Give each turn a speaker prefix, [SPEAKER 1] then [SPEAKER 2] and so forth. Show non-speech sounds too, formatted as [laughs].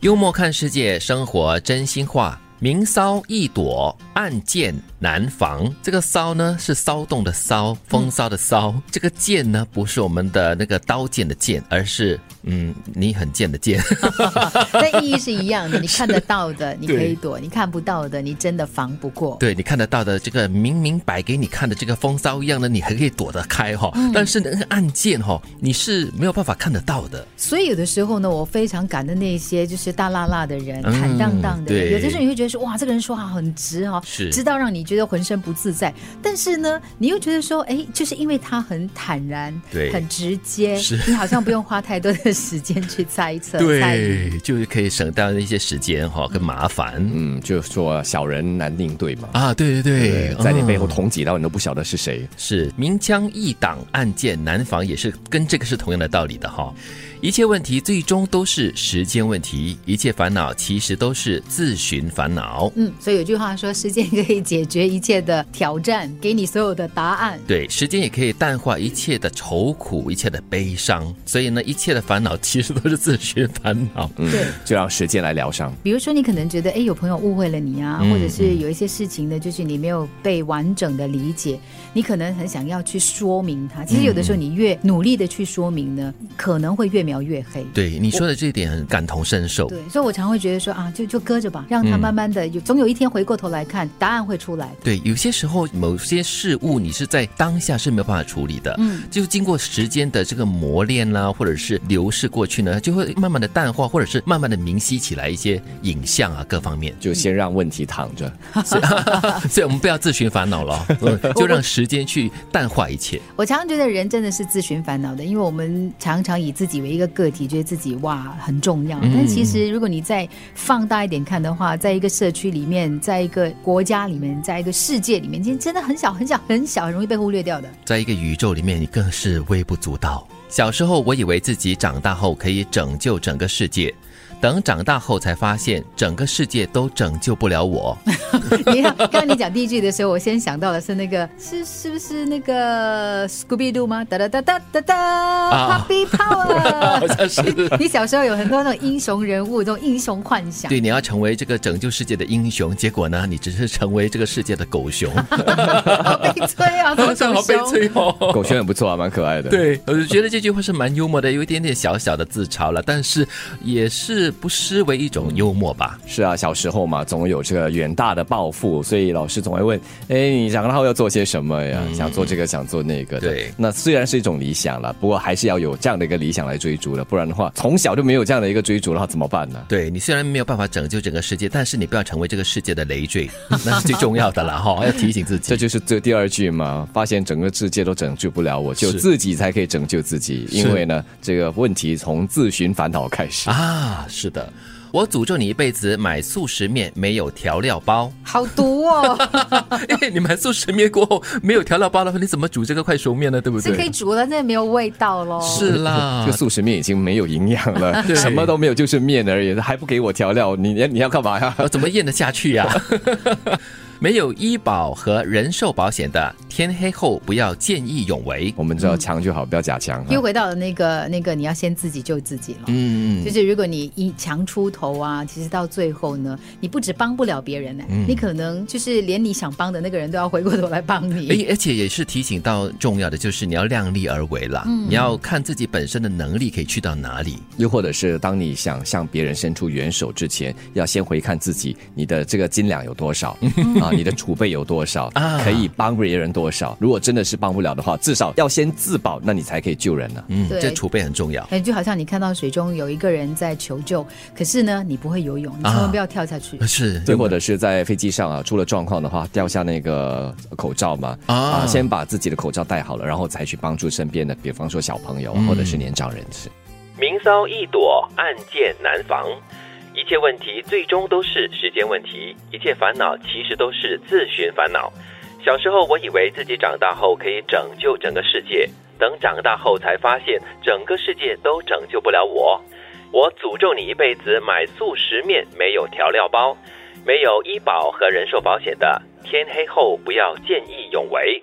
[SPEAKER 1] 幽默看世界，生活真心话。明骚易躲，暗箭难防。这个骚呢是骚动的骚，风骚的骚。这个剑呢不是我们的那个刀剑的剑，而是嗯你很贱的贱。
[SPEAKER 2] [laughs] 但意义是一样的，你看得到的你可
[SPEAKER 1] [laughs] 对
[SPEAKER 2] 以躲，你看不到的你真的防不
[SPEAKER 1] [laughs]
[SPEAKER 2] 过。
[SPEAKER 1] 对你看得到的这个明明摆给你看的这个风骚一样的，你还可以躲得开哈、但是那个暗箭哈、你是没有办法看得到的。
[SPEAKER 2] 所以有的时候呢，我非常感恩那些就是大辣辣的人、
[SPEAKER 1] 嗯
[SPEAKER 2] 坦荡荡的人。
[SPEAKER 1] 对
[SPEAKER 2] 有的时候你会觉得说，哇，这个人说话很直哈、哦，
[SPEAKER 1] 是
[SPEAKER 2] 直到让你觉得浑身不自在。但是呢，你又觉得说，哎，就是因为他很坦然，
[SPEAKER 1] 对
[SPEAKER 2] 很直接
[SPEAKER 1] 是，
[SPEAKER 2] 你好像不用花太多的时间去猜测、猜
[SPEAKER 1] [laughs]
[SPEAKER 2] 疑。
[SPEAKER 1] 对，就是可以省掉那些时间哈、跟麻烦。
[SPEAKER 3] 嗯，就说小人难应对嘛。
[SPEAKER 1] 啊，对对对，
[SPEAKER 3] 在你背
[SPEAKER 1] 嗯
[SPEAKER 3] 后捅几刀，你都不晓得是谁。
[SPEAKER 1] 是明枪易挡，暗箭难防，也是跟这个是同样的道理的哈。一切问题最终都是时间问题，一切烦恼其实都是自寻烦恼。
[SPEAKER 2] 嗯，所以有句话说，时间可以解决一切的挑战，给你所有的答案。
[SPEAKER 1] 对，时间也可以淡化一切的愁苦，一切的悲伤。所以呢，一切的烦恼其实都是自寻烦恼。
[SPEAKER 2] 对。
[SPEAKER 3] 就让时间来疗伤。
[SPEAKER 2] 比如说，你可能觉得，哎，有朋友误会了你啊，
[SPEAKER 1] 嗯
[SPEAKER 2] 或者是有一些事情呢，就是你没有被完整的理解，你可能很想要去说明
[SPEAKER 1] 嗯
[SPEAKER 2] 它。其实有的时候，你越努力的去说明呢，可能会越描越黑。
[SPEAKER 1] 对你说的这一点很感同身受。
[SPEAKER 2] 对，所以我常会觉得说啊，就就搁着吧，让
[SPEAKER 1] 嗯
[SPEAKER 2] 它慢慢的，有总有一天回过头来看，答案会出来的。
[SPEAKER 1] 对，有些时候某些事物你是在当下是没有办法处理的，嗯，就经过时间的这个磨练啦、或者是流逝过去呢，就会慢慢的淡化，或者是慢慢的明晰起来一些影像啊各 [laughs] 方面。
[SPEAKER 3] 就先让问题躺
[SPEAKER 1] [laughs]
[SPEAKER 3] 着，
[SPEAKER 1] 所以我们不要自寻烦恼 [laughs] 了，嗯就让时间去淡化一切。
[SPEAKER 2] 我常常觉得人真的是自寻烦恼的，因为我们常常以自己为一个个体，觉得自己哇很重
[SPEAKER 1] 嗯
[SPEAKER 2] 要。但其实如果你再放大一点看的话，在一个社区里面，在一个国家里面，在一个世界里面，其实真的很小很小很小，很容易被忽
[SPEAKER 1] [laughs]
[SPEAKER 2] 略掉的。
[SPEAKER 1] 在一个宇宙里面，你更是微不足道。小时候，我以为自己长大后可以拯救整个世界，等长大后才发现，整个世界都拯救不了我。
[SPEAKER 2] 你看，刚刚你讲第一句的时候，我先想到的是那个是是不是那个 Scooby Doo 吗？哒哒哒哒哒哒
[SPEAKER 1] 啊
[SPEAKER 2] ，Happy Power。
[SPEAKER 1] 好 [laughs] [laughs] 像是
[SPEAKER 2] 你小时候有很多那种英雄人物，这种英雄幻想。
[SPEAKER 1] 对，你要成为这个拯救世界的英雄，结果呢，你只是成为这个世界的狗 [laughs] 熊，
[SPEAKER 2] 好悲催
[SPEAKER 1] [laughs]
[SPEAKER 2] 啊，这种熊。
[SPEAKER 1] 哦。
[SPEAKER 3] 狗熊很不错啊，蛮可爱
[SPEAKER 1] [laughs]
[SPEAKER 3] 的。，
[SPEAKER 1] 对，我就觉得这句话是蛮幽默的，有一点点小小的自嘲了，但是也是不失为一种幽默吧。
[SPEAKER 3] 是啊，小时候嘛，总有这个远大的抱负，所以老师总会问，哎，你长大后要做些什么呀？想做这个，想做那个
[SPEAKER 1] 嗯
[SPEAKER 3] 的。
[SPEAKER 1] 对
[SPEAKER 3] 那虽然是一种理想了，不过还是要有这样的一个理想来追逐的，不然的话，从小就没有这样的一个追逐的话，怎么办呢？
[SPEAKER 1] 对你虽然没有办法拯救整个世界，但是你不要成为这个世界的累赘， [laughs] 那是最重要的了哈、 [laughs] 要提醒自己
[SPEAKER 3] 这。就是这第二句嘛，发现整个世界都拯救不了我，只有
[SPEAKER 1] 是
[SPEAKER 3] 自己才可以拯救自己。因为呢，这个问题从自寻烦恼开始。
[SPEAKER 1] 啊，是的，我诅咒你一辈子买速食面没有调料 [laughs] 包，
[SPEAKER 2] 好毒哦！
[SPEAKER 1] 因哎为你买速食面过后没有调料包的话，你怎么煮这个快熟面呢？对不
[SPEAKER 2] 是可以
[SPEAKER 1] 对？
[SPEAKER 2] 煮了，但是没有味道喽。
[SPEAKER 1] 是啦，
[SPEAKER 3] 这个速食面已经没有营养了，
[SPEAKER 1] [laughs] 对
[SPEAKER 3] 什么都没有，就是面而已，还不给我调料，你你要干嘛
[SPEAKER 1] [laughs]
[SPEAKER 3] 呀？
[SPEAKER 1] 呃我怎么咽得下去呀、 [laughs] 没有医保和人寿保险的，天黑后不要见义勇为。
[SPEAKER 3] 我们知道强就好，不要假强啊。
[SPEAKER 2] 又回到了那个那个，你要先自己救自己了。
[SPEAKER 1] 嗯，
[SPEAKER 2] 就是如果你一强出头啊，其实到最后呢，你不止帮不了别人呢、
[SPEAKER 1] 嗯
[SPEAKER 2] 你可能就是连你想帮的那个人都要回过头来帮你。
[SPEAKER 1] 而而且也是提醒到重要的，就是你要量力而为啦，你要看自己本身的能力可以去到哪里。
[SPEAKER 3] 又或者是当你想向别人伸出援手之前，要先回看自己，你的这个斤两有多少啊，你的储备有多少
[SPEAKER 1] 嗯 [laughs] 啊，
[SPEAKER 3] 可以帮别人多少。如果真的是帮不了的话，至少要先自保，那你才可以救人呢、
[SPEAKER 1] 嗯，
[SPEAKER 2] 对
[SPEAKER 1] 这储备很重要。
[SPEAKER 2] 哎，就好像你看到水中有一个人在求救，可是呢，你不会游泳，你千
[SPEAKER 1] 啊
[SPEAKER 2] 万不要跳下去。
[SPEAKER 1] 呃是，
[SPEAKER 3] 又或者是在飞机上啊，出了状况的话，掉下那个口罩嘛，
[SPEAKER 1] 啊
[SPEAKER 3] 先把自己的口罩戴好了，然后才去帮助身边的，比方说小朋友、啊或者是年长人士。
[SPEAKER 1] 明骚易躲，暗箭难防。一切问题最终都是时间问题，一切烦恼其实都是自寻烦恼。小时候我以为自己长大后可以拯救整个世界，等长大后才发现整个世界都拯救不了我。我诅咒你一辈子买速食面没有调料包，没有医保和人寿保险的，天黑后不要见义勇为。